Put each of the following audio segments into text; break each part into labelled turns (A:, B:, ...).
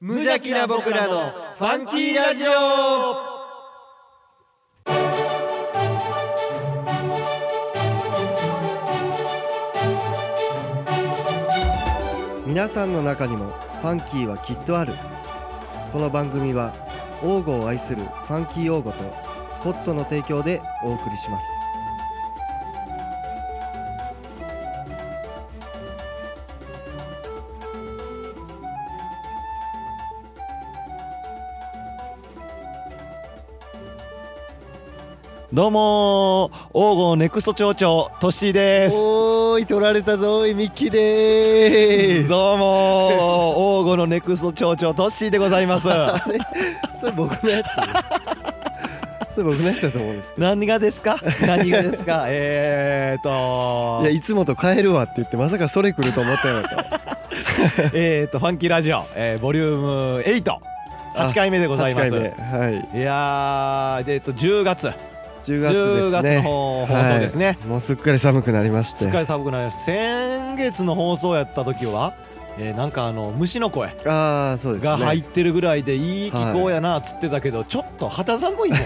A: 無邪気な僕らのファンキーラジオ皆さんの中にもファンキーはきっとあるこの番組は王語を愛するファンキー王語とコットの提供でお送りします
B: どうもー王金ネクスト町長トッシーです
A: おーい取られたぞいミッキーでー
B: どうもー王金のネクスト町長トッシーでござい ます
A: す それ僕のやつ それ僕のやつだと思うんです
B: 何がですか何がです かえーっ
A: いや
B: と
A: いつもと変えるわって言ってまさかそれ来ると思ってなかった
B: えーっとファンキーラジオ、えー、ボリューム8 8回目 でございます
A: 8回目はい
B: いやーでえーっと10月
A: 10月ですね
B: 10月の方放送ですね
A: はいもうすっかり寒くなりまし
B: すっか
A: て
B: り寒くなりました先月の放送やった時は、えー、なんかあの虫の声
A: ああそうですね
B: が入ってるぐらいでいい気候やなっつってたけど、ちょっと肌寒 いもんな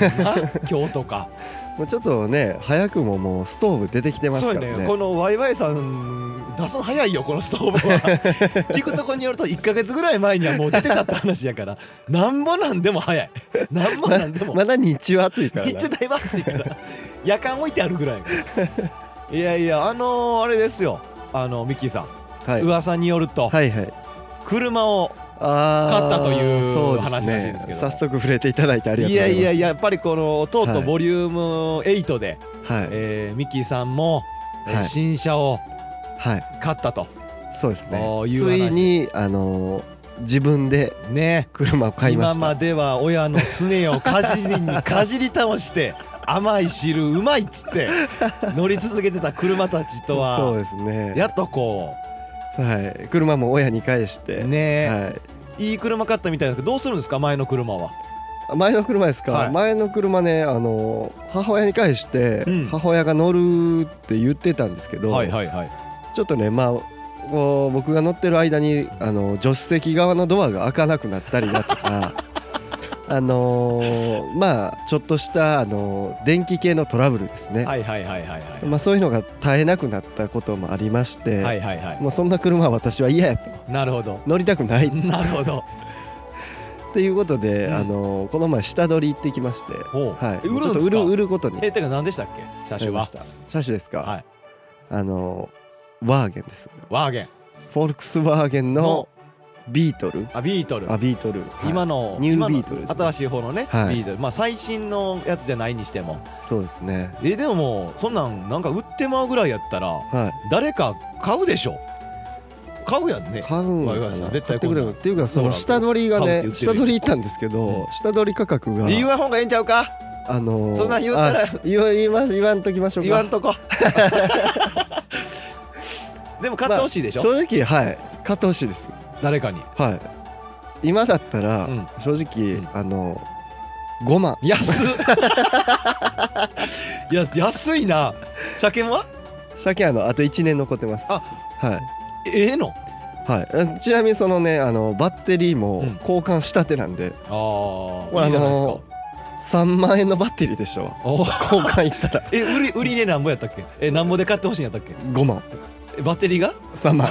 B: 今日とか
A: もうちょっとね早くももうストーブ出てきてます
B: そう
A: から
B: や
A: ね
B: ねこのワイワイさん出すの早いよこのス トーブは聞くとこによると1か月ぐらい前にはもう出てたって話やからなんぼなんでも早いなんぼなんでも
A: まだ日中は暑 いからな
B: 日中だいぶ暑いから夜間置いてあるぐらいやからいやいやあのー、あれですよあのミッキーさん、
A: はい、
B: 噂によると、
A: はいはい
B: 車を
A: あー
B: 勝ったという
A: そう
B: 話らしいですけど
A: 早速触れていただいてありがとう
B: い
A: ござ
B: や
A: います
B: いやいややっぱりこのとうと
A: は
B: う
A: い
B: ボリューム8で、
A: はい
B: えーミッキーさんも、えー
A: はい
B: 新車を
A: はい
B: 買ったと
A: そうですね
B: おーいう
A: つ
B: 話
A: いにあのー自分で
B: ね
A: 車を買いま
B: 今
A: した
B: までは親のすねをかじりにかじり倒 して甘い汁うまいっつって乗り続けてた車たちと
A: そう
B: は
A: ですね
B: やっとこ
A: はい車も親に返し
B: う
A: て
B: ね、
A: はい
B: い、い車買ったみたいですけどどうするんですか前の車は
A: 前の車ですか、
B: はい
A: 前の車ねあの母親に返して、
B: うん
A: 母親が乗るって言ってたんですけど、
B: はいはいはい
A: ちょっとねまあこう僕が乗ってる間にあの助手席側のドアが開かなくなったりだと かあのーまあちょっとしたあの電気系のトラブルですね、
B: はいはいはいはいはい
A: まあ、そういうのが絶えなくなったこともありまして、
B: はいはいは
A: もうそんな車は私は嫌やと
B: いなるほど
A: 乗りたくない
B: なるほど
A: ということで、
B: うん
A: あのーこの前下取り行ってきまして、
B: おう、
A: はい、ち
B: え売る
A: ょ
B: ん
A: っ
B: で
A: と
B: す
A: 売
B: か
A: る売ることに
B: えてか何でしたっけ車種
A: 買いま
B: は
A: した車種ですか、
B: はい
A: あのワーゲンです
B: ワーゲン
A: フォルクスワーゲンのビートル
B: あビートル
A: あビートル、はい
B: 今の
A: ニュー
B: 今の
A: ビートルですね
B: 新しい方のね、
A: はい
B: ビートルまあ最新のやつじゃないにしても
A: そうですね
B: えでももうそんなんなんか売ってまうぐらいやったら
A: は
B: 誰か買うでしょ買うやん
A: い
B: ね
A: 買うんか
B: わかりました
A: な
B: 絶
A: 買
B: 対
A: って
B: こ
A: く
B: ん
A: れ
B: な
A: る
B: ん
A: っていうかその
B: ほら
A: 下取りが
B: 買うっ
A: ね
B: て言ってる
A: 下取り行ったんですけど、
B: うん
A: 下取り価格が
B: 言わん方がええんちゃうか
A: あのー
B: そんなん言ったら
A: あ言わ言います言わんときましょうか
B: 言わん とこでも買ってほしいでしょ、
A: 正直はい買ってほしいです
B: 誰かに
A: はい今だったら、
B: うん
A: 正直、
B: うん
A: あの5万
B: 安っ いや安いな車検は
A: 車検あのあと1年残ってます
B: あ
A: はい
B: ええの
A: はい、ちなみにそのねあのバッテリーも
B: うん
A: 交換したてなんで、
B: ああ
A: れ
B: いいじゃないです
A: あ
B: か
A: の3万円のバッテリーでしょ
B: お
A: 交換いったら
B: え売り売り値なんぼやったっけえなんぼで買ってほしいんやったっけ
A: 5万
B: えバッテリーが
A: 3万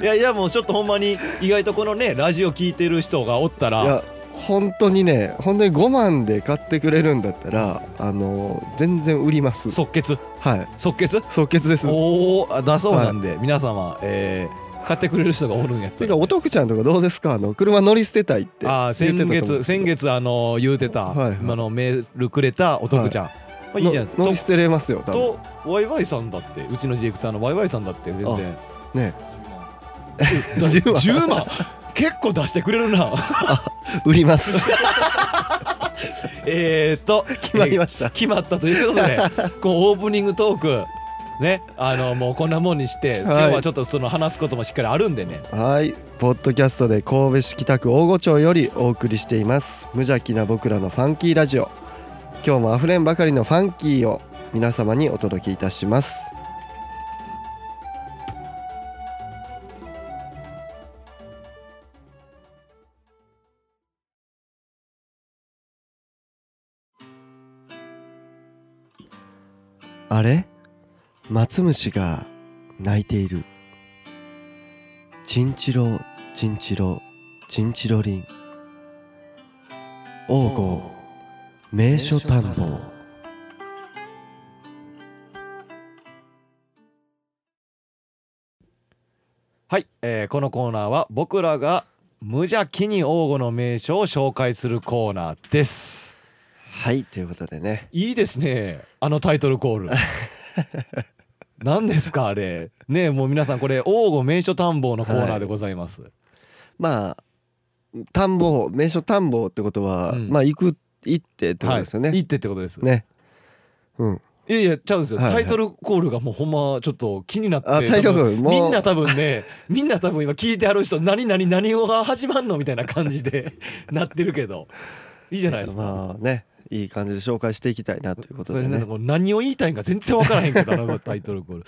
B: いやいやもうちょっとほんまに意外とこのねラジオ聞いてる人がおった
A: い
B: ら
A: や本当にね本当に5万で買ってくれるんだったらあの全然売ります
B: 即決
A: はい
B: 即決
A: 即決ですっ
B: おおだそうなんで、皆様、えー買ってくれる人がおるんやって た
A: いうからお徳ちゃんとかどうですかあの車乗り捨てたいって
B: あ
A: 言
B: ー
A: ってた
B: 先
A: と思うん
B: 月
A: ですけ
B: 先
A: ど
B: 月あの言うてた、
A: はいはい
B: あのメールくれたお得ちゃん、まあ、いいじゃない
A: の乗り
B: です
A: 捨てれますよ多
B: か
A: 分
B: ととワイワイさんだってうちのディレクターのワイワイさんだって全然
A: ね
B: 10
A: 10
B: 万
A: 万
B: 10万結構出してくれ るな
A: 売ります
B: えーっと
A: 決まりました、
B: 決まったというこ とでこうオープニングトークねあのもうこんなもんにして、今日はちょっとその話すこともしっかりあるんでね
A: はい、ポッドキャストで神戸市北区大御町よりお送りしています無邪気な僕らのファンキーラジオ今日もあふれんばかりのファンキーを皆様にお届けいたしますあれ松虫が泣いている。チンチロ、チンチロ、チンチロリン。王吾、名所探訪。
B: はい、えーこのコーナーは僕らが無邪気に王吾の名所を紹介するコーナーです
A: はい、ということでね。
B: いいですねあのタイトルコ ール何ですかあれねえもう皆さんこれ王吾名所探訪のコーナーでございます、
A: まあ、田んぼ、名所田んぼってことは、
B: うん
A: まあ、行く、行ってってことですよね。
B: はい、いいってってことです、
A: ね。うん。
B: いやいやちゃうんですよ、
A: はいはい
B: タイトルコールがもうほんまちょっと気になって
A: あ、大丈
B: 多分
A: 夫。もう。
B: みんな多分ねみんな多分今聞いてある人何何何をが始まんのみたいな感じで なってるけどいいじゃないですか、
A: まあね、いい感じで紹介していきたいなということ
B: それ
A: で
B: なんか
A: ね。
B: もう何を言いたいんか全然分からへんけどあ のタイトルコール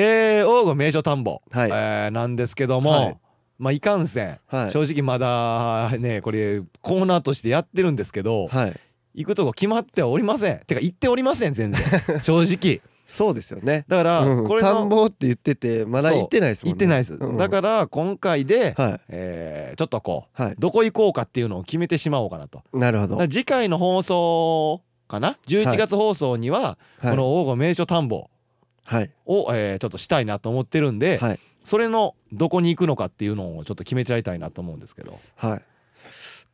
B: えー王吾名所田んぼ、
A: はい
B: えーなんですけども、
A: はい
B: まあいかんせん、
A: はい。
B: 正直まだねこれコーナーとしてやってるんですけど、
A: はい。
B: 行くとこ決まってはおりませんてか行っておりません 全然正直
A: そうですよね。
B: だから
A: うん
B: これ
A: 田
B: の
A: んぼって言ってて、まだ行ってないですもん
B: 行
A: ね。
B: ってないです、
A: うん
B: だから今回で、
A: はい。
B: えーちょっとこう
A: はい。
B: どこ行こうかっていうのを決めてしまおうかなと
A: なるほ
B: だ
A: ど。
B: から次回の放送かな
A: は
B: 11
A: い
B: 月放送には、
A: はい
B: この王吾名所探訪
A: はい。
B: を、えーちょっとしたいなと思ってるんで、
A: はい
B: それのどこに行くのかっていうのをちょっと決めちゃいたいなと思うんですけど
A: はい。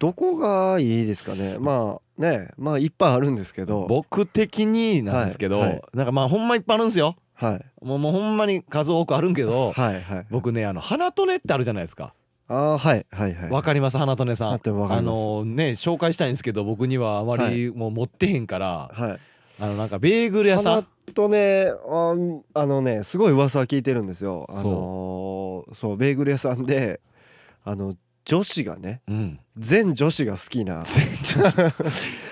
A: どこがいいですか ね。まあね、まあいっぱいあるんですけど。
B: 僕的になんですけど、
A: はいはい
B: なんかまあほんまいっぱいあるんですよ
A: はい。
B: もうもうほんまに数多くあるんけど、
A: はいはい。
B: 僕ねあの花とねってあるじゃないですか
A: ああはいはいはい。
B: わかります花とねさ
A: あ
B: ん
A: ってもわか
B: あ
A: ります。
B: のね紹介したいんですけど僕にはあまりもう持ってへんから、
A: はい。
B: あのなんかベーグル屋さん
A: とねあんあのねすごい噂は聞いてるんですよ。あのーそうベーグル屋さんであの女子がね
B: うん、
A: 全女子が好きな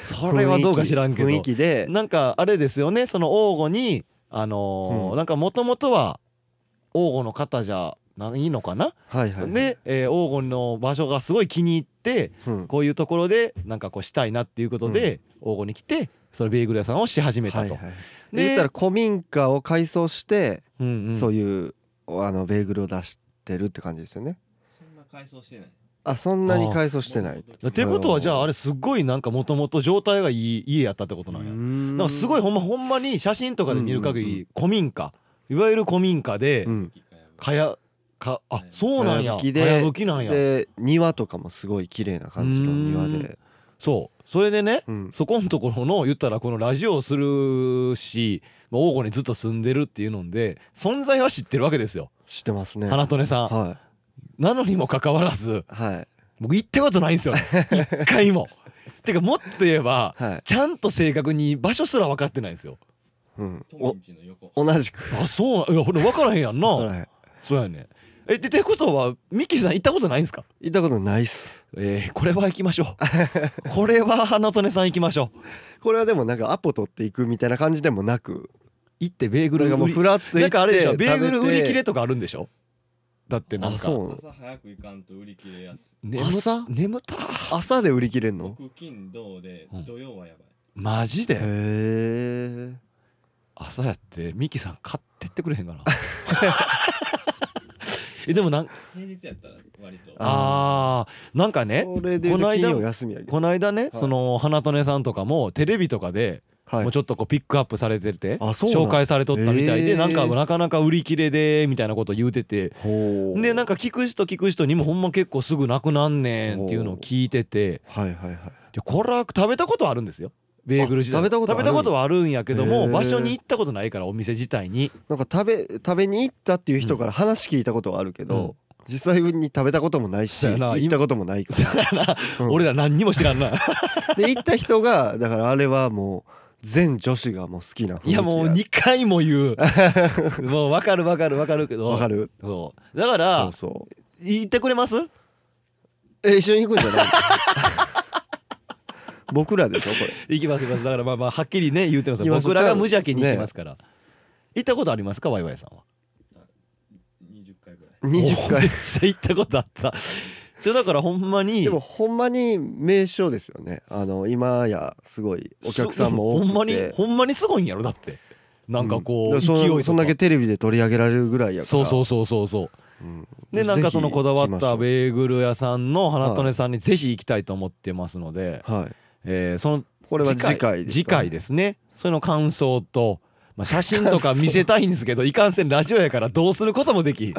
B: それはどうか知らんけど
A: 雰囲気で
B: なんかあれですよねその王吾にあのー
A: うん
B: なんかもともとは王吾の方じゃないのかな、
A: はいはい。
B: で、えー、王吾の場所がすごい気に入って
A: うん
B: こういうところでなんかこうしたいなっていうことで、王吾に来てそのベーグル屋さんをし始めたと。
A: はいはい。
B: で
A: で言ったら古民家を改装して
B: うんうん
A: そういうあのベーグルを出してるって感じですよね。
C: そんな改装してない。
A: あそんなに改装してない。
B: ってことはじゃああれすっごいなんかもともと状態がいい家やったってことなんや。
A: ん
B: なんかすごいほんまほんまに写真とかで見る限
A: うんうんう
B: り古民家いわゆる古民家で
A: うん
B: かやかあそうなんや
A: かや
B: か
A: ぶきで
B: やぶきなんや
A: で庭とかもすごい綺麗な感じの庭で、
B: そうそれでね
A: うん、
B: そこのところの言ったらこのラジオをするしまあ王吾にずっと住んでるっていうので存在は知ってるわけですよ
A: 知ってますね。
B: 花利さん
A: は
B: なのにもかかわらず
A: いはい
B: 僕行ったことないん ですよ一回もてかもっと言えば
A: はい。
B: ちゃんと正確に場所すら分かってないんですよ
A: うん、
C: お、の横。
A: お同じく。
B: あそうないやほら 分からへんやんな
A: はい
B: そうやね。え、で、てことは、ミキさん行ったことないんですか
A: 行ったことないっす。
B: えー、これは行きましょ う。これは花とねさん行きましょう。
A: これはでもなんかアポ取っていくみたいな感じでもなく、
B: 行ってベーグ
A: な
B: ル
A: んかも
B: 売
A: う
B: り。
A: フラッと行
B: なん
A: って
B: かあれでしょ、
A: 食べ
B: ベー
A: て
B: グル売り切れとかあるんでしょだってな
A: あ
B: んか。
A: そうなの
C: 朝早く行かんと売り切れやす。
B: 眠
A: 朝
B: 眠た
A: 朝で売り切れんの？
C: 木金土で
B: うん
C: 土曜はやばい。
B: マジ
A: へ
B: で
A: え。
B: 朝やってミキさん買ってってくれへん かなえでもなん
C: 平日やったら割と。
B: あーなんかね
A: それで言う
B: ことの間
A: 金曜休みやけど。
B: この間ね、
A: い
B: その花とねさんとかもテレビとかで
A: は
B: もう
A: い。
B: ちょっとこうピックアップされてて
A: あそうなん
B: 紹介されとったみたい
A: へ
B: で
A: ー
B: なんかなかなか売り切れでみたいなこと言うてて
A: ほう。
B: でなんか聞く人聞く人にもほんま結構すぐなくなんねんっていうのを聞いてて
A: はいはいはい。
B: でこれは食べたことはあるんですよベーグル自体
A: あ食べたことある
B: 食べたことはあるんやけど
A: へ
B: も
A: ー
B: 場所に行ったことないからお店自体に
A: なんか食べ食べに行ったっていう人から話聞いたことはあるけど、実際に食べたこともないし
B: そうやな
A: 行ったこともないから。うん
B: 俺ら何にも知 らんな
A: で行った人がだからあれはもう全女子がもう好きな雰囲気
B: いやもう2回 も言うもう分かる分かる分かるけど
A: わかる
B: そうだか
A: そ
B: ら
A: うそう
B: 言ってくれます
A: え一緒に行くんじゃない 僕らでしょこ
B: 行きます行きますだからまあまあはっきりね言うてます
A: 行きます
B: 僕らが無邪気に行きますから、行ったことありますかワイワイさんは
C: 二十回ぐらい。
A: れ20
B: おめ
A: 回
B: っちゃ行ったことあったでだからほんまに
A: でもほんまに名所ですよねあの今やすごいお客さんも多
B: ほんま
A: く
B: に
A: て
B: ほんまにすごいんやろだってなんかこう、
A: ん
B: 勢いと
A: そ
B: か
A: そんだけテレビで取り上げられるぐらいやから
B: そうそうそうそうそう
A: うん
B: でなんかそのこだわ
A: ぜ
B: っ
A: ひ
B: た
A: 行きまし
B: ベーグル屋さんの花とねさんにぜひ行きたいと思ってますので、
A: ょうはい
B: えーその
A: これは次回
B: 次回ですすねそれの感想と、まあ、写真とか見せたいんで すけどいかんせんラジオやからどうすることもできひん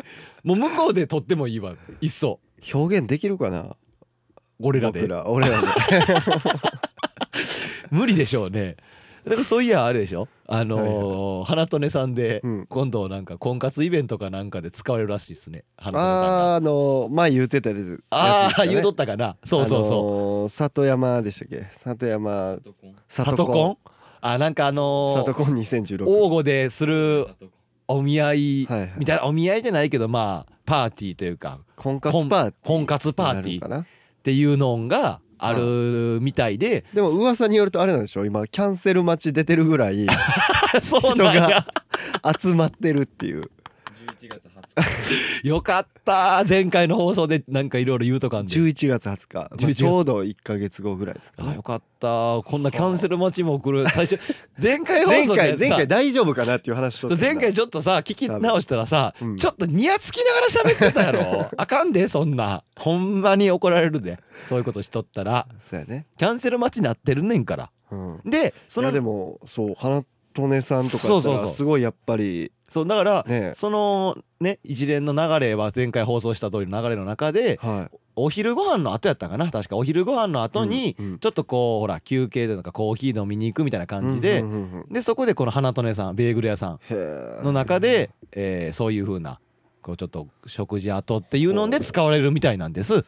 B: もう向こうで撮ってもいいわいっ
A: か
B: そ
A: 表現できるかな
B: 俺らで
A: 僕ら俺ら で
B: 無理でしょうねだからそういやあれでしょあのー花とねさんで
A: うん
B: 今度なんか婚活イベントかなんかで使われるらしいですね花とねさん
A: あ
B: が
A: ーあの前言ってたやつ
B: あ
A: やつです
B: あ
A: か
B: ー
A: ね
B: 言うとったかなそうそうそう、
A: う里山でしたっけ里山
C: 里コン
B: 里
A: 里
B: コ
A: コ
B: ンあなんかあ
A: ン
B: の
A: 里
B: ー、
A: コン2016
B: 王吾でする
C: 里コン
B: お見合い
A: はいはい
B: みたいなお見合いじゃないけどまあパーティーというか
A: 婚活パーティー
B: 婚活パーティ
A: にな
B: ーっ
A: るのかな
B: ていうのがあるみたいで
A: でも噂によるとあれなんでしょう今キャンセル待ち出てるぐら い
B: そう
A: 人
B: なん
A: が
B: や
A: 集まってるっていう
C: 11月20日
B: よかった前回の放送でなんかいろいろ言うとかんで
A: 11月20日、まあ
B: 11月
A: ちょうど1か月後ぐらいですか、
B: あ
A: ね
B: よ、かったこんなキャンセル待ちも来る最初前回放
A: 前
B: 送で
A: 回
B: さ
A: 前回大丈夫かなっていう話しとったよ
B: 前
A: な
B: 回ちょっとさ聞き直したらさ、
A: うん
B: ちょっとニヤつきながら喋ってたやろ あかんでそんなほんまに怒られるでそういうことしとったら
A: そうやね、
B: キャンセル待ちになってるねんから
A: うん、
B: でそ
A: いやで
B: の
A: もそう花とねさんとか
B: そうそう
A: やった
B: そう
A: らすごいやっぱり
B: そうだから、
A: ね
B: そのね一連の流れは前回放送した通りの流れの中で
A: は
B: お昼ご飯の後やったかな確かお昼ご飯の
A: い
B: 後に
A: うんうん
B: ちょっとこうほら休憩でなんかコーヒー飲みに行くみたいな感じで、
A: うんうんうんうん
B: でそこでこの花とねさんベーグル屋さん
A: へー
B: の中で、えーそういう風なこうちょっと食事後っていうので使われるみたいなんです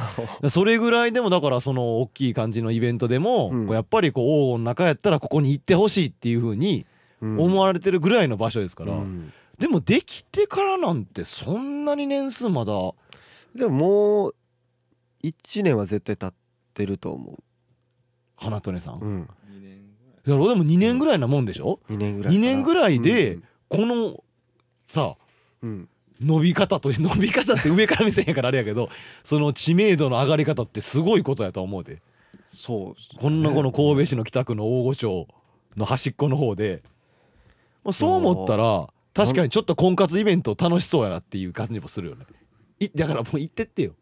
B: それぐらいでもだからその大きい感じのイベントでも、
A: うん
B: こうやっぱりこう王吾の中やったらここに行ってほしいっていう風に
A: うん
B: 思われてるぐらいの場所ですから、
A: うん
B: でもできてからなんてそんなに年数まだ
A: でももう1年は絶対経ってると思
B: 花とねさん、
A: う、うん、
C: 2年ぐらい
B: だからでも2年ぐらいなもんでしょ、
A: 2年ぐらい
B: 二年ぐらいで
A: うん
B: このさ
A: うん
B: 伸び方という 伸び方って上から見せへんからあれやけどその知名度の上がり方ってすごいことやと思うで
A: そう
B: こんなこの神戸市の北区の大御町の端っこの方で、まあ、そう思ったら確かにちょっと婚活イベント楽しそうやなっていう感じもするよねいだからもう行ってってよ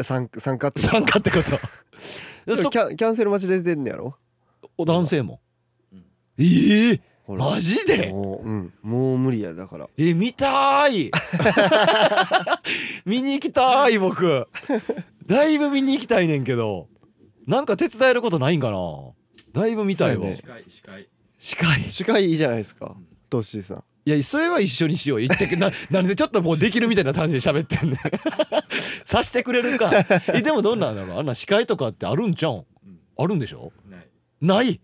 A: 参加参加って
B: 参加ってことそ
A: キャンキャンセル待ち出てんねやろ
B: お男性も
C: うん
B: ええ
A: ほら
B: マジで
A: もう,、うん、もう無理やだから
B: え見た ーい見に行きたい僕だいぶ見に行きたいねんけどなんか手伝えることないんかなだいぶ見たい
A: そ
B: わ、
A: うやね
C: 司会司会
B: 司会
A: 司会いいじゃないですか
C: うん
A: トッシーさん
B: いやそれは一緒にしよう言 ってくななんでちょっともうできるみたいな感じで喋ってんねん さしてくれるかえでもどんなんだろうあんな司会とかってあるんちゃうん
C: うん
B: あるんでしょ
C: ない
B: ない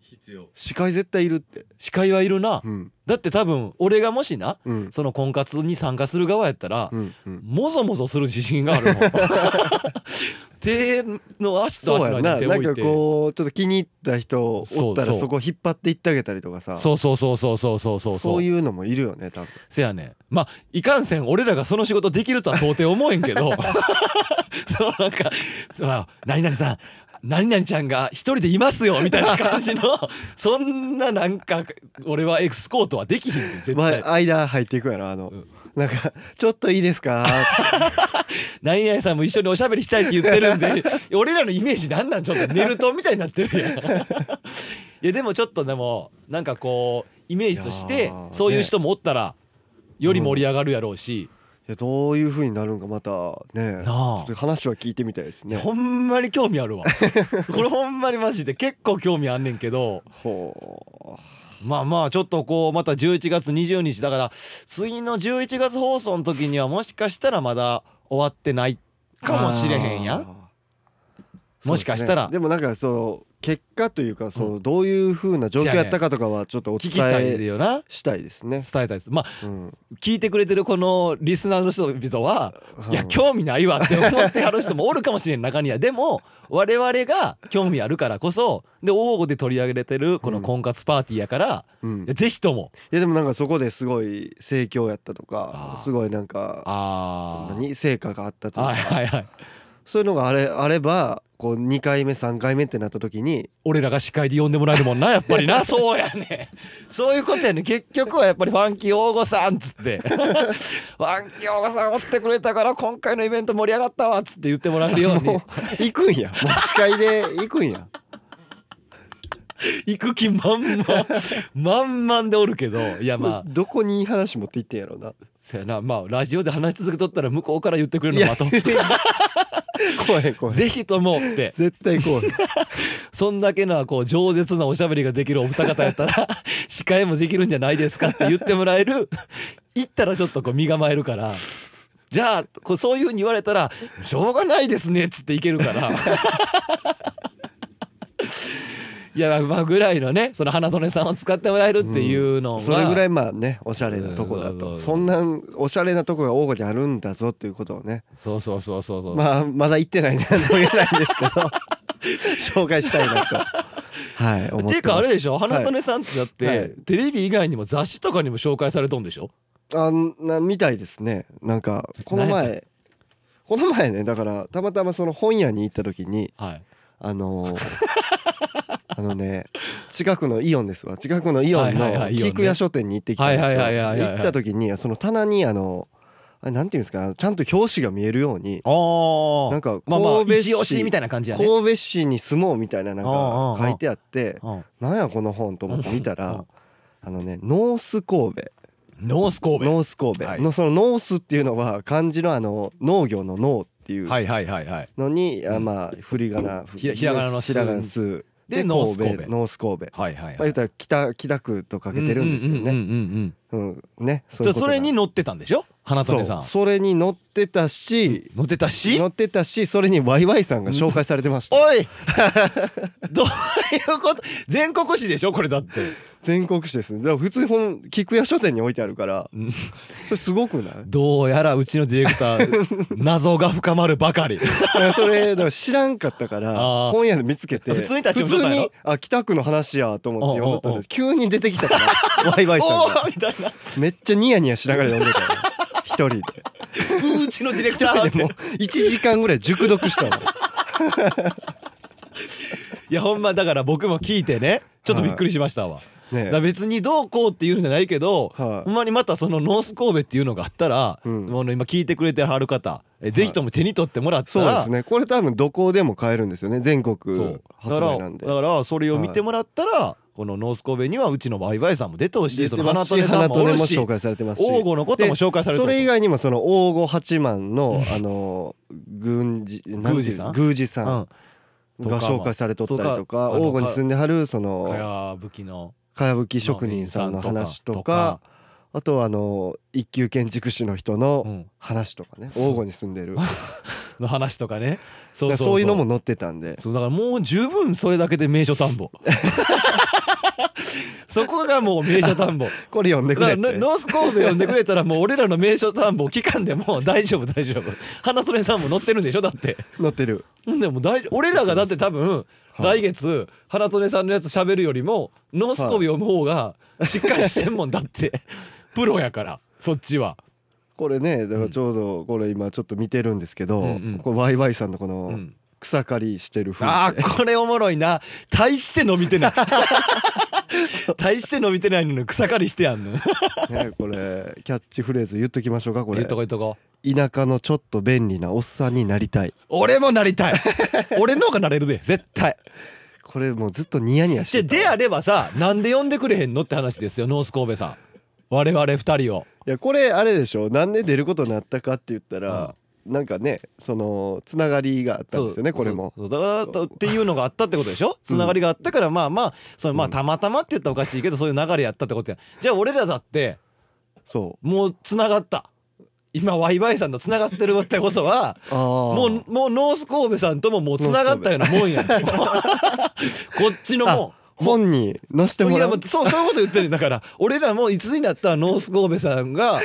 C: 必要
A: 司会絶対いるって
B: 司会はいるな
A: うん
B: だって多分俺がもしな
A: うん
B: その婚活に参加する側やったら、
A: うんうん
B: もぞもぞする自信がある もん手の足と
A: そう
B: 足
A: や
B: の
A: ん
B: 間
A: な
B: に手を
A: なん
B: 置い
A: か
B: て
A: こうちょっと気に入った人おった
B: そう
A: ら
B: そう
A: そこ引っ張っていってあげたりとかさ
B: そうそうそうそうそうそうそう
A: そういうのもいるよね多分
B: せやねんまあいかんせん俺らがその仕事できるとは到底思えん けどそのなんかその「何々さん何々ちゃんが一人でいますよ」みたいな感じのそんななんか俺はエクスコートはできひんねん絶
A: ま
B: 対
A: あ間入っていくやろあの
B: うん
A: なんか「ちょっといいですか?」
B: 何々さんも一緒におしゃべりしたいって言ってるんで 俺らのイメージなんなんちょっと寝るとみたいになってるや んいやでもちょっとでもなんかこうイメージとし
A: い
B: て
A: やー
B: そういう人もおったらより盛り上がるやろうし、
A: いやどういう風になるんかまたね
B: なあ
A: ちょっと話は聞いてみたいですね
B: ほんまに興味 あるわこれほんまにマジで結構興味あんねんけど
A: ほ
B: まあまあちょっとこうまた11月20日だから次の11月放送の時にはもしかしたらまだ終わってないうかもしれへんやん
A: あー
B: もしかしたら
A: そうですねでもなんかその結果というかそのどういう風な状況やったかとかはちょっとお
B: 聞
A: 伝
B: きたい
A: え
B: よな
A: したいですね
B: 伝えたいですまあ
A: うん
B: 聞いてくれてるこのリスナーの人々は
A: うん
B: いや興味ないわって思ってはる人もおるかもしれん中にはで も我々が興味あるからこそで王吾で取り上げてるこの婚活パーティーやから
A: うん
B: いやぜひとも
A: いやでもなんかそこですごい盛況やったとか
B: あー
A: すごいなんか
B: ああ
A: 何成果があったと
B: はい
A: か
B: はいはい
A: そういうのがあれあればこう2回目3回目ってなった時に
B: 俺らが司会で呼んでもらえるもんなやっぱりなそうやねそういうことやね結局はやっぱりファンキー大御さんっつっ てファンキー大御さんおってくれたから今回のイベント盛り上がったわっつって言ってもらえるように
A: もう行くんやもう司会で行くんや
B: 行く気満々 満々でおるけどいや まあ
A: どこに話持って行ってんやろうな
B: そやなまあラジオで話し続けとったら向こうから言ってくれる のも あと
A: 怖い怖い
B: ぜひとも って
A: 絶対怖い
B: そんだけなこう饒舌なおしゃべりができるお二方やっ たら司会もできるんじゃないですかって言ってもらえる行ったらちょっとこう身構えるからじゃあこうそういうふうに言われたら「しょうがないですね」っつっていけるから いやまあぐらいのねその花園さんを使ってもらえるっていうのが、
A: それぐらいまあねおしゃれなとこだ
B: う
A: と
B: ん
A: そんなおしゃれなとこが大御にあるんだぞっていうことをね
B: そうそうそうそうそう、
A: まあまだ行ってないんで何とも言えないんですけ ど紹介したいなとはい思ってます
B: ていうかあれでしょ花
A: はい
B: 種さんってだって、
A: はい
B: テレビ以外にも雑誌とかにも紹介されとんでしょ
A: あなみたいですねなんかこの
B: 何
A: 前この前ねだからたまたまその本屋に行った時に
B: はい
A: あのー あのね近くのイオンですわ近くのイオン
B: はいはいは
A: の
B: いイオンね
A: 菊屋書店に行ってきたんですよ
B: はいはいはいはいはいはい
A: 行った時にその棚にあのあれなんていうんですかちゃんと表紙が見えるように
B: あ
A: なんか
B: まあまあ
A: 神戸
B: 一押し
A: 市
B: みたいな感じやね
A: 神戸市に住もうみたいななん
B: うんうん
A: か
B: うん
A: 書いてあって
B: うん
A: なんやこの本と思って見た
B: うんう
A: ら
B: ん
A: あのねノース神戸
B: ノース神戸
A: ノース神
B: はい
A: 戸のそのノースっていうのは漢字のあの農業の農っていう
B: はいはいはいはい
A: のにあまあ振り仮名
B: ひらひらがなの
A: ひらがなす
B: でノース神戸
A: ノース神戸ま
B: はいはい
A: あ言ったら北北区とかけてるんですけど
B: うんう
A: ね
B: んうんうん
A: うんね
B: じゃあそれに
A: 乗
B: 乗ってたんでしょ花種さん
A: それに乗ってたし
B: 乗ってたし
A: 乗ってたしそれにワイワイさんが紹介されてました
B: お いどういうこと全国紙でしょこれだって
A: 全国紙ですねだから普通に本菊屋書店に置いてあるから
B: うん
A: それすごくない
B: どうやらうちのディレク ター謎が深まるばかり
A: だからそれだから知らんかったから
B: あー
A: 本屋で見つけて
B: 普通に立ち寄っ
A: 普
B: とっ
A: 通
B: たんやろ
A: にあ北区の話やと思って読んでた
B: おうおうお
A: ん
B: う
A: で急に出てきたからワイワイさん
B: お
A: が
B: ーみたいな
A: めっちゃニヤニヤしながら読んでたよ一人で。
B: うちのディレクターって
A: もう1時間ぐらい熟読したの
B: いやほんまだから僕も聞いてねちょっとびっくりしましたわ、だ
A: ね
B: から別にどうこうっていうんじゃないけど、
A: はい
B: ほんまにまたそのノース神戸っていうのがあったら、
A: うん
B: もう今聞いてくれてはる方えぜひとも手に取ってもらった
A: そう
B: ら、
A: ですねこれ多分どこでも買えるんですよね全国
B: そう
A: 発
B: だから
A: 売なんで
B: だからそれを見てもらったら、このノース神戸にはうちのワイワイさんも出てほしい
A: 出
B: そ
A: て
B: の
A: ま
B: 花
A: すし
B: 鳥さんもおる
A: 花
B: し
A: 鳥も紹介されてますし
B: 王吾のことも紹介され
A: で
B: て
A: それ以
B: る
A: 外にもその王吾八幡のあの軍事
B: 宮司さん
A: 宮司
B: と
A: さん
B: とか
A: が紹介されとったり
B: そ
A: と
B: うかあ
A: か
B: の
A: 王吾に住んではるそ
B: うん、か
A: の
B: やぶきの
A: かやぶき職人さんの話とかあとはあの一級建築士の人
B: う
A: の
B: ん
A: 話とかね
B: そう
A: 王吾に住んでる
B: の話とかねそ
A: だから
B: うそう
A: そういうのも載ってたんで
B: そうだからもう十分それだけで名所 田んぼそこがもう名所田んぼ
A: これ読 んで
B: だ
A: く
B: から
A: れ
B: ノ
A: て
B: ノース神戸呼んでくれたらもう俺らの名所田んぼ期間でもう大丈夫大丈夫花トレさんも乗ってるんでしょだって
A: 載ってる
B: うんでも大丈夫俺らがだって多分
A: はい
B: 来月花トレさんのやつ喋るよりもノース神戸呼ぶ方がしっかりしてんもんだってプロやからそっちは
A: これねだからちょうどこれ今ちょっと見てるんですけど、
B: うんうん
A: これワイワイさんのこ
B: う
A: の
B: ん
A: 草刈りしてる風景、
B: あーこれおもろいな大して伸び てない大して伸びてないのに草刈りしてやんの
A: ね、これキャッチフレーズ言っときましょうかこ
B: 言
A: れ
B: っとこ言っとこ
A: 田舎のちょっと便利なおっさんになりたい
B: 俺もなり たい俺の方がなれるで絶対
A: これもうずっとニヤニヤし
B: で
A: てた
B: であればさなんで呼んでくれへんのって話ですよノース神戸さん我々2人を
A: いやこれあれでしょなんで出ることになったかって言ったら、なんかねそのつながりがあったんですよね
B: そう
A: これも
B: そうだからとっていうのがあったってことでしょつながりがあったからまあまあそのまあ
A: うん
B: たまたまって言ったらおかしいけどそういう流れやったってことやじゃあ俺らだって
A: そう
B: もうつながった今ワイワイさんとつながってるってことは
A: ああ
B: もうもうノース神戸さんとももうつながったようなもんやんこ っちのもん
A: 本に載せても
B: い
A: ら
B: や
A: う
B: もうそうそういうこと言ってるだから俺らもいつになったらノース神戸さんが「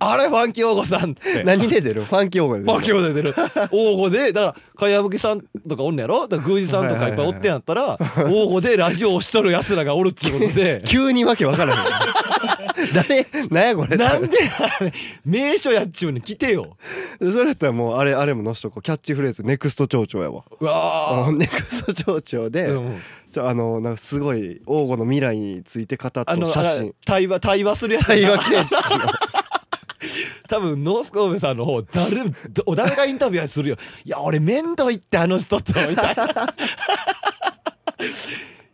B: あれファンキー王子さん」って。
A: 何で出るファンキーオーガで
B: ファン
A: 出
B: キ
A: る
B: ー王子出てる王子でだからかやぶきさんとかおんねやろだから宮司さんとかいっぱいおってんや ったら王子でラジオをしとるやつらがおるっちゅうことで
A: 急にわけわからない 誰なんやこれ
B: なんであれ名所やっちゅうに来てよ
A: それやったらもうあれあれも載せとこうキャッチフレーズネクスト町長やわ
B: うわ
A: うんネクスト町長
B: ー
A: で、
B: うん
A: ちょあのなんかすごい王吾の未来について語った
B: あの
A: 写
B: あ
A: 真
B: れ対話対話するやつ
A: 対話形 式の
B: 多分ノースコーブさんの方誰どお誰がインタビューするよいや俺面倒いってあの人とみ たいな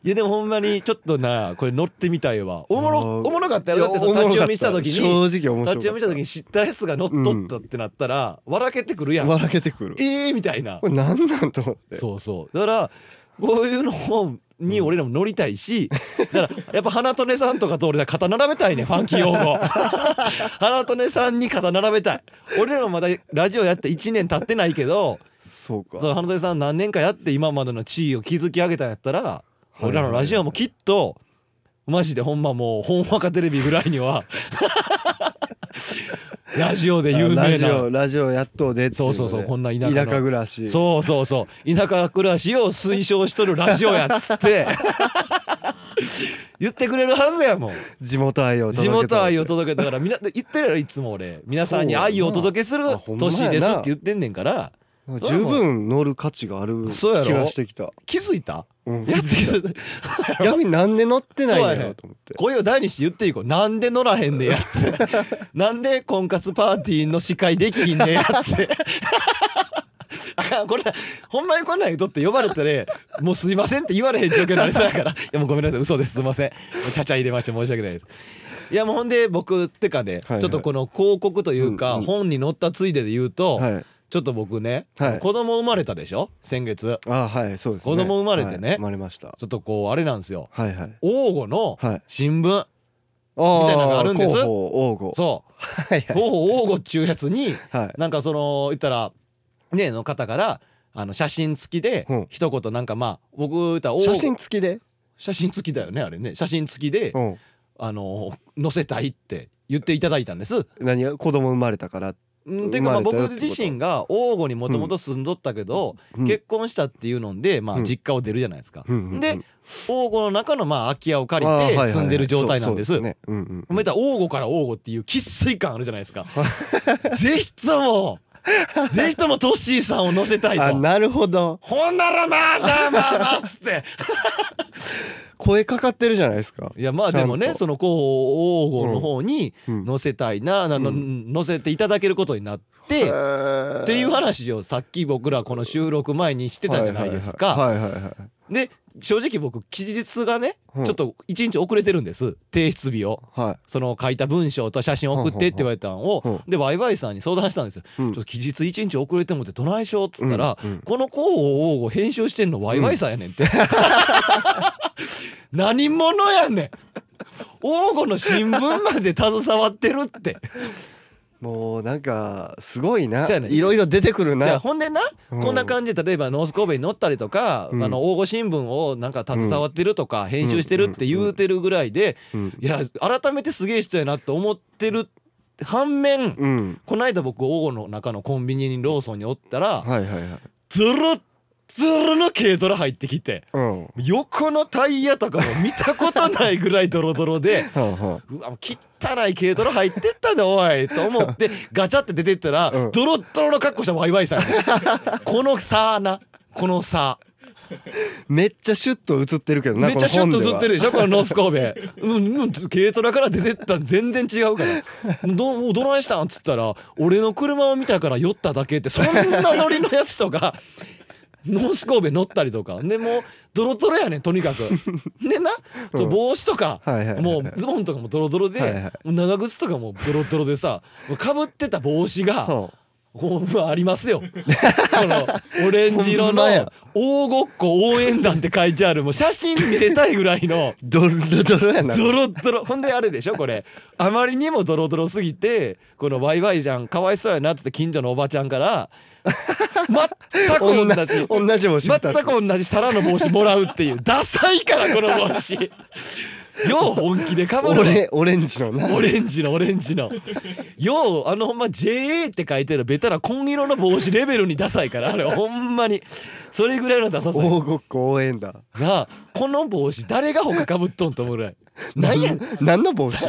B: いやでもほんまにちょっとなこれ乗ってみたいわおも
A: あ
B: ろ
A: ー
B: おもろかったよだってその立ち読みした時
A: おも
B: に
A: ろかった正直面白か
B: 立ち
A: った
B: 読みした時に知ったやつが乗っ取ったってなったら、笑けてくるやん
A: 笑けてくる
B: えーみたいな
A: これ何なんと思って
B: そうそうだからこういうのに俺らも乗りたい し、だからやっぱ花利さんとかと俺ら肩並べたいねファンキー用 語花利さんに肩並べたい俺らもまだラジオやって1年経ってないけど
A: そうか
B: その花利さん何年かやって今までの地位を築き上げたんやったら
A: いはい
B: 俺らのラジオもきっとマジでほんまもうほんわかテレビぐらい にはラジオで有名な
A: ラジオラジオやっとでっていので
B: そうそうそうこんな田舎の
A: 田舎暮らし
B: そうそうそう田舎暮らしを推奨しとるラジオやっつって 言ってくれるはずやもん
A: 地元愛を
B: 地
A: 届けた
B: 元愛を届けたからみんな言ってるやろいつも俺皆さんに愛をお届けする
A: そうやなあほんまやな
B: 年ですって言ってんねんから
A: 十分乗る価値がある
B: そうやろ
A: 気がしてきた
B: 気づいた
A: うん
B: やつ
A: 逆になんで乗ってない
B: そうや
A: んや
B: ね
A: ろと思って
B: 声を大にして言っていこうなんで乗らへんねんやつ なんで婚活パーティーの司会できひんねんやつあかんこれほんまにこんなん言うとって呼ばれたらもうすいませんって言われへん状況になりそうやからいやもうごめんなさい嘘ですすいませんちゃちゃ入れまして申し訳ないですいやもうほんで僕ってかね、
A: いはい
B: ちょっとこの広告というか、
A: うんうん
B: 本に載ったついでで言うと、
A: はい
B: ちょっと僕ね、
A: はい
B: 子供生まれたでしょ先月
A: あはいそうですね
B: 子供生まれてね
A: はい生まれました
B: ちょっとこうあれなんですよ
A: はいはい
B: 王吾の
A: はい
B: 新聞、
A: あ
B: みたいなのがあるんです
A: 候補応募
B: そう
A: はいはい
B: ゴーゴーっちゅうやつに
A: はい
B: なんかその言ったらねの方からあの写真付きで
A: うん
B: 一言なんかまあ僕言ったら王
A: 写真付きで
B: 写真付きだよねあれね写真付きで
A: うん
B: あの載せたいって言っていただいたんです。
A: 何が子供生まれたから
B: うんていうかまあ
A: 生まれたよっ
B: 僕
A: てこと
B: 自身が王吾にもともと住んどったけど
A: うん
B: 結婚したっていうのでま
A: う
B: あ
A: ん
B: 実家を出るじゃないですか。
A: うんうんうん
B: で王吾の中のまあ空き家を借り
A: あーはい
B: て
A: はいはい
B: 住んでる状態なんです。
A: そうそうねうんうん
B: また王吾から王吾っていう喫水感あるじゃない ですか。ぜひとも、ぜひともトッシーさんを乗せたい
A: あ
B: と。
A: なるほど
B: ほんならまあじゃあまあまあっつって。
A: 声かかってるじゃないですか
B: いやまあでも
A: ちゃ
B: ね
A: んと
B: その候補王吾の方に
A: うん
B: 乗せたいな、あの
A: う
B: 乗せていただけることになって。
A: っ
B: っていう話をさっき僕らこの収録前にしてたじゃないですか。
A: はいはいはいはい
B: で正直僕期日がね
A: うん
B: ちょっと1日遅れてるんです提出日を。
A: は
B: その書いた文章と写真送ってって言われたの
A: うんうん
B: を
A: う
B: でワイワイさんに相談したんですよ。
A: い。ちょ
B: ちょっと期日一日遅れてもってどないしようっつったら、
A: うんうん
B: この候補を応募編集してんのワイワイさんやね んって、何者やねん王吾の新聞まで携わってるって
A: もうなんかすごいな。
B: そうやね
A: いろいろ出てくる
B: じゃあ
A: な。
B: ほんでな、
A: うん
B: こんな感じで例えば「ノース神戸」に載ったりとか、
A: うん
B: あの王吾新聞をなんか携わってるとか、編集してるって言うてるぐらいで、
A: うん
B: いや改めてすげえ人やなって思ってる反面、
A: うん。
B: この間僕王吾の中のコンビニにローソンにおったら、
A: はいはいはい。
B: ズルッズルの軽トラ入ってきて
A: うん。は
B: 横のタイヤとかも見たことないぐらいドロドロで
A: あは
B: うわもう汚い軽トラ入ってったでおいと思 ってガチャって出てったら、
A: うん
B: ドロッドロの格好したワイワイさんこの差なこの差
A: あ。めっちゃシュッと映ってるけどな。
B: めっちゃシュッと映って
A: る。
B: るでしょこのノース神戸うん、うん、軽トラから出てったん全然違う からどどないしたんっつったら俺の車を見たから酔っただけってそんなノリのやつとかノース神戸乗ったりとかでもうドロドロやねんとにかくでな、そう
A: うん
B: 帽子とか、
A: はいはいはいはい
B: もうズボンとかもドロドロで、
A: はいは
B: もう長靴とかもドロドロでさかぶってた帽 子が、
A: は
B: ほんまありますよこのオレンジ色
A: ほん
B: の
A: まや
B: 大ごっこ応援団って書いてあるもう写真見せたいぐらいの
A: ドロドロや な。
B: ドロッドロほんであれでしょこれあまりにもドロドロすぎてこのワイワイじゃんかわいそうやなっつって近所のおばちゃんから全
A: 同
B: く同じ
A: じ同じ帽子
B: 全
A: 二つ。
B: く同じ皿の帽子もらうっていうダサいからこの帽子よう本気でかぶるわ
A: オレオレンジのな
B: オレンジのオレンジのようあのほんま JA って書いてるベタな紺色の帽子レベルにダサいからあれほんまにそれぐらいのダサさや
A: 大ごっこ応援だ
B: なあこの帽子誰が他かぶっとんと思うぐらいなんやねん
A: 何の帽子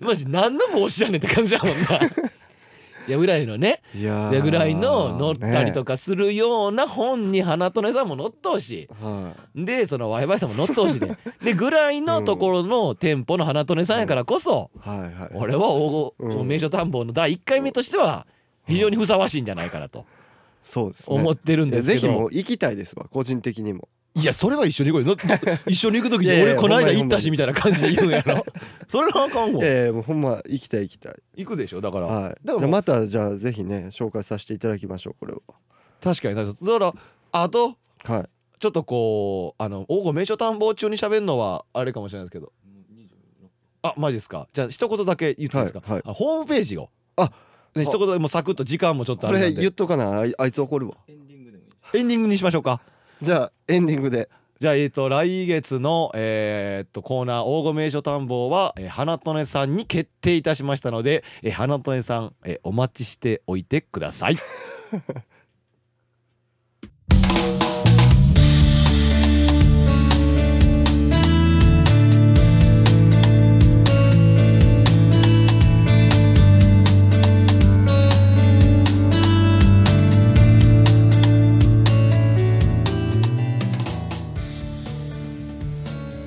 B: マジ何の帽子やねんって感じ やもんないやぐらいのね
A: いや
B: いやぐらいの乗ったりと
A: か、
B: かするような本に花とねさんも乗ってほし
A: ね
B: い
A: は
B: でそのワイワイさんも乗ってほしいででぐらいのところの店舗の花とねさんやからこそ、
A: いはいはい
B: 俺は大
A: う
B: 御
A: ん
B: 名所探訪の第1回目としては非常にふさわしいんじゃないかなと
A: そうですね
B: 思ってるん
A: いや
B: ですけ
A: ぜ
B: ど、
A: ひもう行きたいですわ個人的にも
B: いやそれは一緒に行こ うよな一緒に行く時に
A: いやいや
B: 俺この
A: ほん
B: 間
A: まに
B: 行ったしみたいな感じで言うんやろそれはあかんわ
A: ええもうほんま行きたい行きたい
B: 行くでしょだから、
A: はい
B: だか
A: じ
B: らもう
A: ゃあまたじゃあぜひね紹介させていただきましょうこれを
B: 確かにだからあと
A: はい
B: ちょっとこうあの大御名所探訪中に喋るのはあれかもしれないですけど
C: もう26
B: あマジですかじゃあ一言だけ言っていいですか、
A: はいはい
B: あホームページを
A: ああ
B: ね、一言でもうサクッと時間もちょっ
A: こ
B: とあれな
A: れ
B: んで
A: 言っとかなあいあいつ怒るわ
C: エンディングでもいい
B: エンディングにしましょうか
A: じゃあエンディングで
B: じゃあ、えー、と来月の、えーっとコーナー「大御名所探訪は」えー花とねさんに決定いたしましたので、えー花とねさん、えーお待ちしておいてください。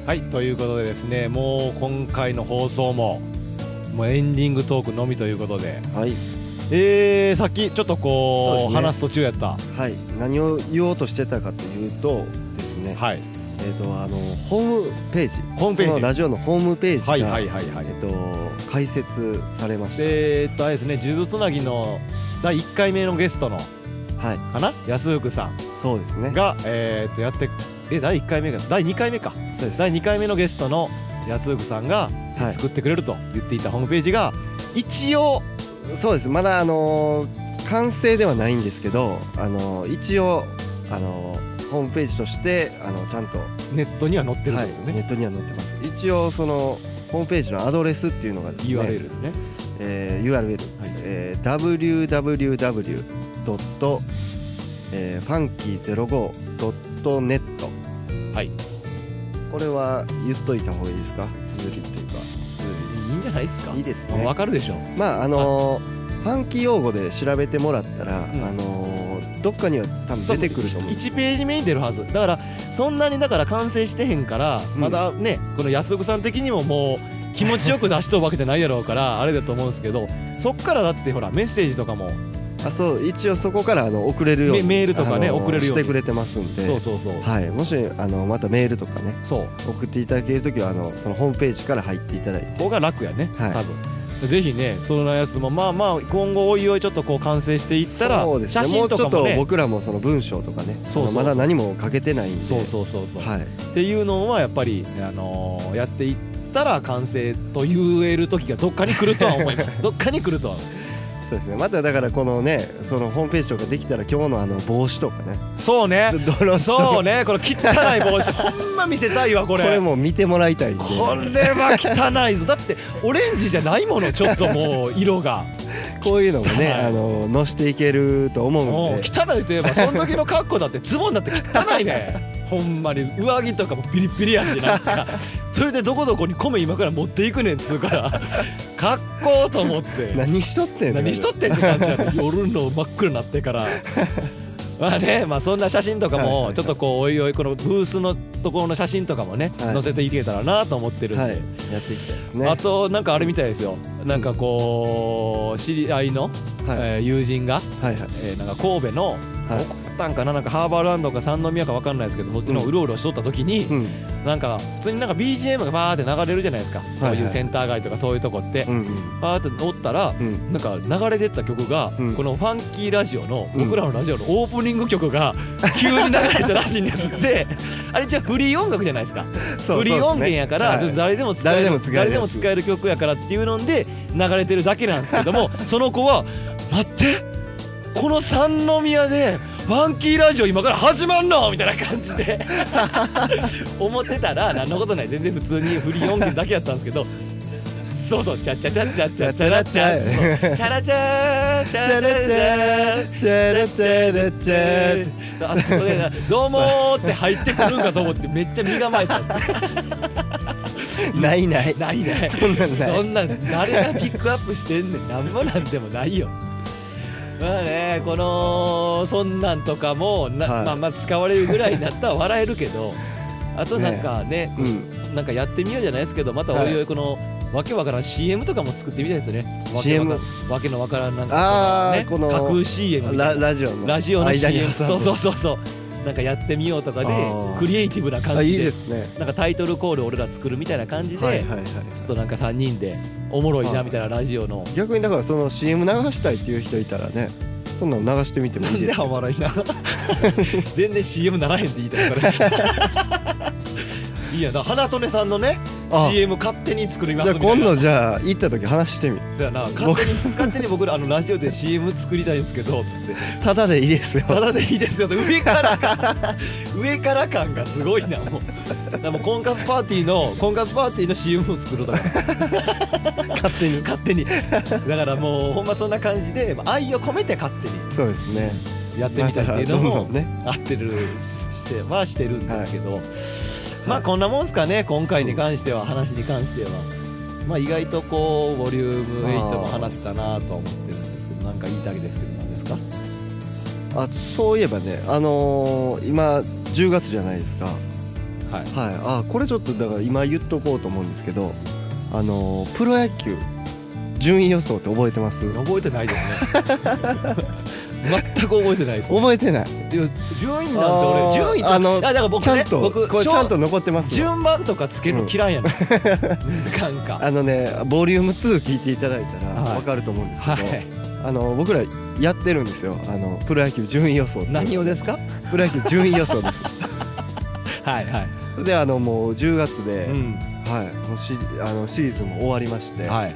B: はいということでですねもう今回の放送ももうエンディングトークのみということで、
A: はい
B: えー、さっきちょっと
A: そう
B: こ
A: で
B: う
A: すね
B: 話す途中やっ
A: は
B: た、
A: い何を言おうとしてたかというとですね
B: は
A: え
B: い、
A: っ、とあのホームページ
B: ホームペ
A: こ
B: ー
A: の
B: ジ
A: ラジオのホームページが、
B: はいはいはいはい
A: えっ、と開設されまし
B: でえーっとあれですね「呪術つなぎ」の第1回目のゲストの
A: たはい
B: かな安福さん
A: そうですね
B: が、えー、っとやってえ第1回目が第2回目か
A: そうです
B: 第2回目のゲストの安福さんが
A: はい
B: 作ってくれると言っていたホームページが一応
A: そうですまだあのー完成ではないんですけどあのー一応あのーホームページとしてあのちゃんと、
B: ネットには載ってるん
A: は
B: で
A: い
B: すよ
A: ネ
B: ね、
A: ットには載ってます一応そのホームページのアドレスっていうのがですね
B: URL ですね、
A: えー URL、
B: はい
A: えー www. えー funky05.net
B: はい
A: これは言っといた方がいいですか綴りっていうか綴
B: いいんじゃないですか
A: りいいです
B: もう
A: ね
B: わかるでしょ
A: まああのーファンキー用語で調べてもらったら、
B: ん
A: あのーどっかには多分出てくると思う
B: 1ページ目に出るはずだからそんなにだから完成してへんから、
A: ん
B: まだねこの安岡さん的にももう気持ちよく出しとうわけじゃないやろうからあれだと思うんですけどそっからだってほらメッセージとかも
A: あそう一応そこからあの送れるように
B: メメールとかね
A: あのー
B: 送れるように
A: してくれてますんで
B: そうそうそう、
A: はい、もしあのまたメールとかね
B: そう
A: 送っていただけるときはあのそのホームページから入っていただいて
B: ここが楽やね、
A: はい
B: 多分ぜひねそのやつもまあまあ今後おいおいちょっとこう完成していったら、
A: そうですね
B: 写真とかも
A: うちょっ
B: ね
A: と僕らもその文章とかねあ
B: そうそう
A: のまだ何も書けてないんで
B: そうそうそうそう、
A: はい、
B: っていうのはやっぱり、あのーやっていったら完成と言える時がどっかに来るとは思いま すどっかに来るとは思う
A: そうですねまただからこのねそのホームページとかできたら今日のあの帽子とかね
B: そうね
A: ちょっとドロ
B: そうねこれ汚い帽子ほんま見せたいわこ
A: こ
B: れ
A: れも見てもらいたいんで
B: これは汚いぞだってオレンジじゃないものちょっともう色が
A: こういうのもね
B: 汚い
A: あの載していけると思
B: も
A: う
B: うん
A: で
B: 汚いといえばその時の格好だってズボンだって汚い ねほんまに上着とかもピリピリやしなんかそれでどこどこに米今から持っていくねんっつうから格好と思って
A: 何しとってんの
B: 何しとってんって感じ やね夜の真っ暗になってからまあねまあそんな写真とか
A: はいはいは
B: も
A: い
B: ちょっとこうおいおいこのブースのところの写真とかもね
A: はい
B: 載せていけたらなと思ってるん
A: はいやっ
B: で
A: ていきたいですね
B: あとなんかあれみたいですよなんかこう知り合いの
A: はい、
B: えー友人が
A: はいはい
B: えーなんか神戸の
A: はい
B: タンかななんかハーバーランドか三宮か分かんないですけどそっちの
A: うん
B: うろうろしとった時に
A: うん
B: なんか普通になんか BGM がバーって流れるじゃないですかそういうセンター街とかそういうとこって
A: うん
B: バーっておったら
A: うんうん
B: なんか流れてった曲が、
A: うん
B: このファンキーラジオの
A: うん
B: 僕らのラジオのオープニング曲が急に流れたらしいんですってあれじゃあフリー音楽じゃないですか
A: そう
B: フリー音
A: そうです
B: 源
A: ね
B: やから、
A: はい
B: 誰でも使える
A: 誰でも使えるやつ
B: 誰でも使える曲やからっていうので流れ てるだけなんですけどもその子は「待ってこの三宮でファンキーラジオ今から始まんのみたいな感 じで思ってたら何のことない全然普通に振り音源だけやったんですけどそうそうチャチャチャチャチャチャラチャそうチャラチャーチャラチャー
A: チャラチャラチャラ
B: あそこでな「どうも」って入ってくるんかと思ってめっちゃ身構えた
A: ないない
B: ないない
A: そんなんない
B: そんなん誰がピックアップしてんねんなんもなんでもないよまあねこのそんなんとかもな、
A: はい
B: まあまあ使われるぐらいになったら笑えるけ どあとなんかね
A: うん
B: なんかやってみようじゃないですけどまたおいおいこの、わけわからん CM とかも作ってみたいですね。わけわか
A: CM
B: わけのわからんなん
A: あ
B: か
A: ー
B: このね
A: この
B: 架空 CM みた
A: ラ
B: いな
A: ラジオの
B: ラジオの
A: 間に
B: CM
A: 挟む
B: そうそうそうそうなんかやってみようとかで
A: あー
B: クリエイティブな感
A: あい
B: じ
A: い
B: で
A: ですね
B: なんかタイトルコール俺ら作るみたいな感じで、
A: はいはいはい
B: ちょっとなんか3人でおもろいなみたいなラジオの。
A: 逆にだからその CM 流したいっていう人いたらねそんなの流してみても
B: ない
A: い
B: ん
A: で
B: です
A: よ
B: おもろいな 全然 CM ならへんって言いた いからいいやな花とねさんのね
A: あ
B: CM 勝手に作りま
A: じゃ
B: す
A: あ
B: みたい
A: 今
B: な
A: 度じゃあ行った時話してみ
B: そうやな勝手に勝手に僕らあのラジオで CM 作りたいんですけどつって
A: ただでいいですよ
B: ただでいいですよって上か ら感上から感がすごいなもうだからもう婚活パーティーの婚活パーティーの CM を作ろうだから
A: 勝手に
B: 勝手にだからもうほんまそんな感じでまあ愛を込めて勝手に
A: そうですね
B: やってみたいっていうの
A: まあど
B: も
A: んどんね
B: 合ってるしてはしてるんですけど、まあこんなもんすかね今回に関しては話に関してはまあ意外とこうボリューム8も話せたなとは思ってるんですけどなんか言いたいですけど何ですか
A: あそういえばねあのー今10月じゃないですかはい
B: はい
A: あこれちょっとだから今言っとこうと思うんですけどあのープロ野球順位予想って覚えてます
B: 覚えてないですね全く覚えてないです、ね、
A: 覚えてない
B: いや順位なんて俺順位と
A: あの
B: いやだから僕
A: ちゃ
B: ね
A: んと
B: 僕
A: これ
B: しょ
A: ち
B: う
A: ゃんと残ってますよ
B: 順番とかつけるの嫌いやね、ん、なんか
A: あのねボリューム2聞いていただいたら
B: はい
A: わかると思うんですけど、
B: はい
A: あの僕らやってるんですよあのプロ野球順位予想っていう
B: 何をですか
A: プロ野球順位予想です
B: はいはい、
A: であのもう10月で、
B: うん
A: はいもうシリあのシリーズも終わりまして、
B: はい。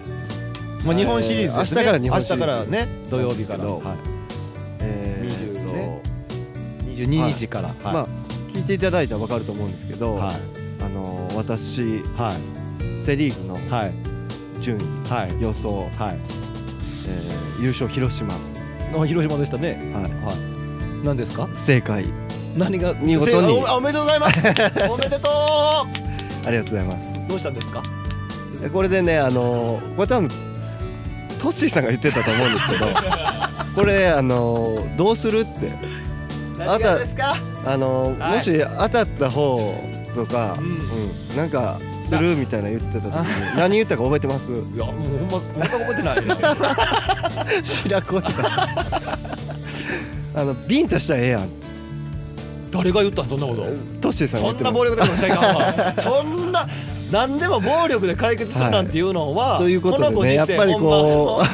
B: まあ日本シリーズですね、
A: 明日から日本シリーズ
B: 明日からね土曜日から、
A: なんですけど
B: は
A: えー
B: 20
A: と
B: ねい、22日から、はい
A: まあ聞いていただいたらわかると思うんですけど、
B: はい
A: あの私
B: はい
A: セ・リーグの
B: はい
A: 順位
B: はい
A: 予想、
B: はい
A: えー優勝広島、
B: の広島でしたね。
A: は
B: はい。何ですか？
A: い、正解
B: 何が
A: 見事に
B: せーのおおめでとうござ います。おめでと
A: ありがとうございます
B: う。どうしたんですか？
A: でこれでねあのこれ多分トッシーさんが言ってたと思うんです けどこれあのどうするって
B: 何がですか？
A: あの、
B: はい
A: もし当たった方とか、
B: う
A: うんんなんかするみたいな言ってた時 に何言ったか覚えてます
B: いやもうほんま全く覚えてないです。
A: 白子だあのビンタしたらええやん
B: 誰が言ったんそん なこと？
A: トッシーさんが言
B: そ
A: っ
B: ん
A: て
B: な
A: ま
B: 暴
A: す
B: 力でもしちゃいかん わ。そんな。何でも暴力で解決するなんていうのは、
A: ということで
B: のご
A: ねや
B: 時
A: っ
B: 世
A: ぱりこ
B: ほん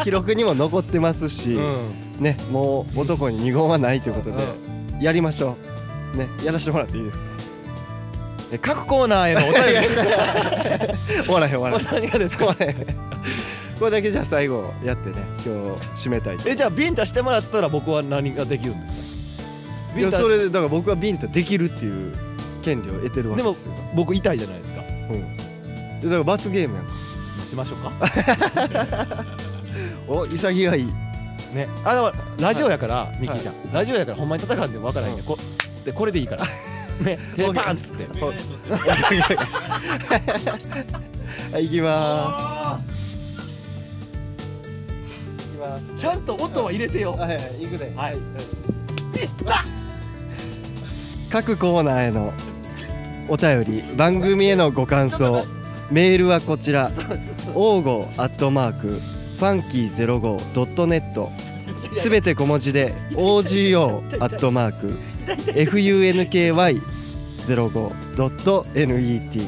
A: う 記録にも残ってますし、
B: まうん
A: ねもう男に二言はないということで、やりましょうねやらせてもらっていいですか
B: え各コーナーへのお便り
A: 終わらへん終わらへん
B: 何がです
A: 終
B: か
A: わらへんこれだけじゃあ最後やってね今日締めたいと
B: えじゃあビンタしてもらったら僕は何ができるんですか
A: い
B: ビン
A: や
B: タ
A: それでだから僕はビンタできるっていう権利を得てるわけですよ
B: 僕痛いじゃないですか
A: うんでだから罰ゲームやん
B: しましょうか
A: お潔い
B: ねあだからラジオやからミッキーちゃん、ラジオやからほんまに戦うんで分からへんけど、こでこれでい いからね手パンっつって
C: メガネ取ってる
A: はい行きま
B: あ
A: ーす行きます
B: ーちゃんと音は入れてよ
A: はいはい行くね
B: はい
A: 各コーナーへのお便り番組へのご感想メールはこちら応募アットマークファンキーゼロ五ドットネットすべて小文字で OGO アットマーク FUNKY ゼロ五ドット NET フ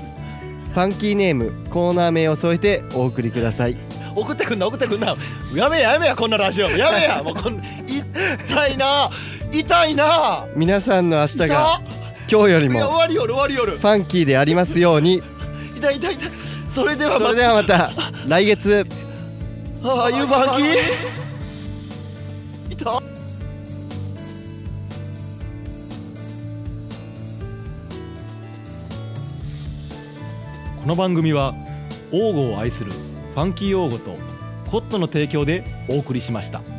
A: ァンキーネームコーナー名を添えてお送りください
B: 送ってくんな送ってくんなやめややめやこんなラジオやめやもうこん痛いな痛いな
A: 皆さんの明日
B: 痛っ
A: が今日より
B: いや
A: も
B: 終わりよる終わりよる
A: ファンキーでありますように
B: 痛い痛い痛いそれでは
A: そ
B: ま
A: れではまた来月
B: たああいうばんき痛っこの番組は王吾を愛するファンキー王吾とコットの提供でお送りしました。